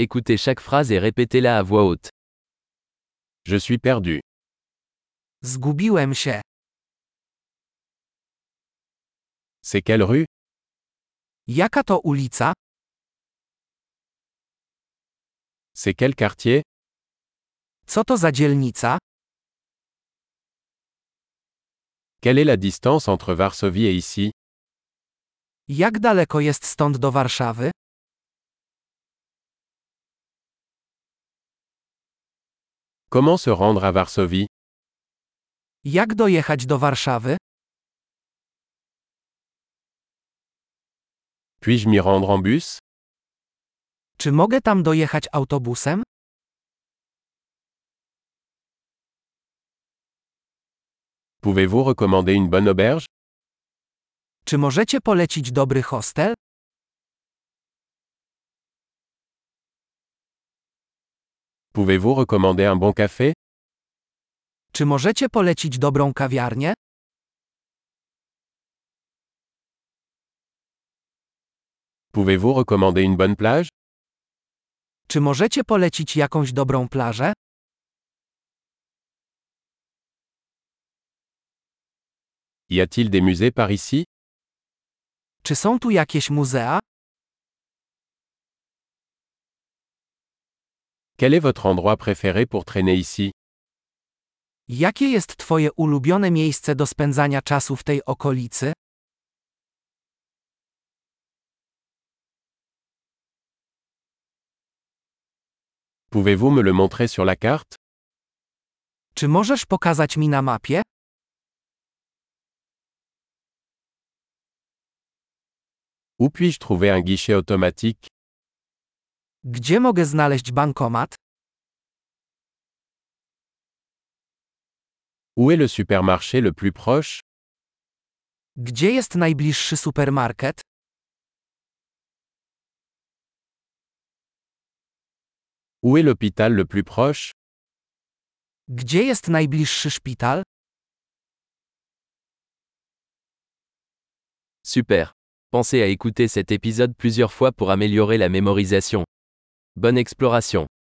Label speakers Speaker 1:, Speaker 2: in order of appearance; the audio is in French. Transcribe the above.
Speaker 1: Écoutez chaque phrase et répétez-la à voix haute.
Speaker 2: Je suis perdu.
Speaker 3: Zgubiłem się.
Speaker 2: C'est quelle rue
Speaker 3: Jaka to ulica?
Speaker 2: C'est quel quartier
Speaker 3: Co to za dzielnica?
Speaker 2: Quelle est la distance entre Varsovie et ici
Speaker 3: Jak daleko jest stąd do Warszawy?
Speaker 2: Comment se rendre à Varsovie
Speaker 3: Jak dojechać do Warszawy?
Speaker 2: Puis-je m'y rendre en bus
Speaker 3: Czy mogę tam dojechać autobusem?
Speaker 2: Pouvez-vous recommander une bonne auberge
Speaker 3: Czy możecie polecić dobry hostel?
Speaker 2: Pouvez-vous recommander un bon café
Speaker 3: Czy możecie polecić dobrą kawiarnię?
Speaker 2: Pouvez-vous recommander une bonne plage
Speaker 3: Czy możecie polecić jakąś dobrą plażę?
Speaker 2: Y a-t-il des musées par ici
Speaker 3: Czy są tu jakieś muzea?
Speaker 2: Quel est votre endroit préféré pour traîner ici
Speaker 3: Jakie jest Twoje ulubione miejsce do spędzania czasu w tej okolicy?
Speaker 2: Pouvez-vous me le montrer sur la carte
Speaker 3: Czy możesz pokazać mi na mapie?
Speaker 2: Où puis-je trouver un guichet automatique
Speaker 3: Gdzie mogę znaleźć bankomat?
Speaker 2: Où est le supermarché le plus proche
Speaker 3: Gdzie jest najbliższy supermarket?
Speaker 2: Où est l'hôpital le plus proche
Speaker 3: Gdzie jest najbliższy szpital?
Speaker 1: Super. Pensez à écouter cet épisode plusieurs fois pour améliorer la mémorisation. Bonne exploration.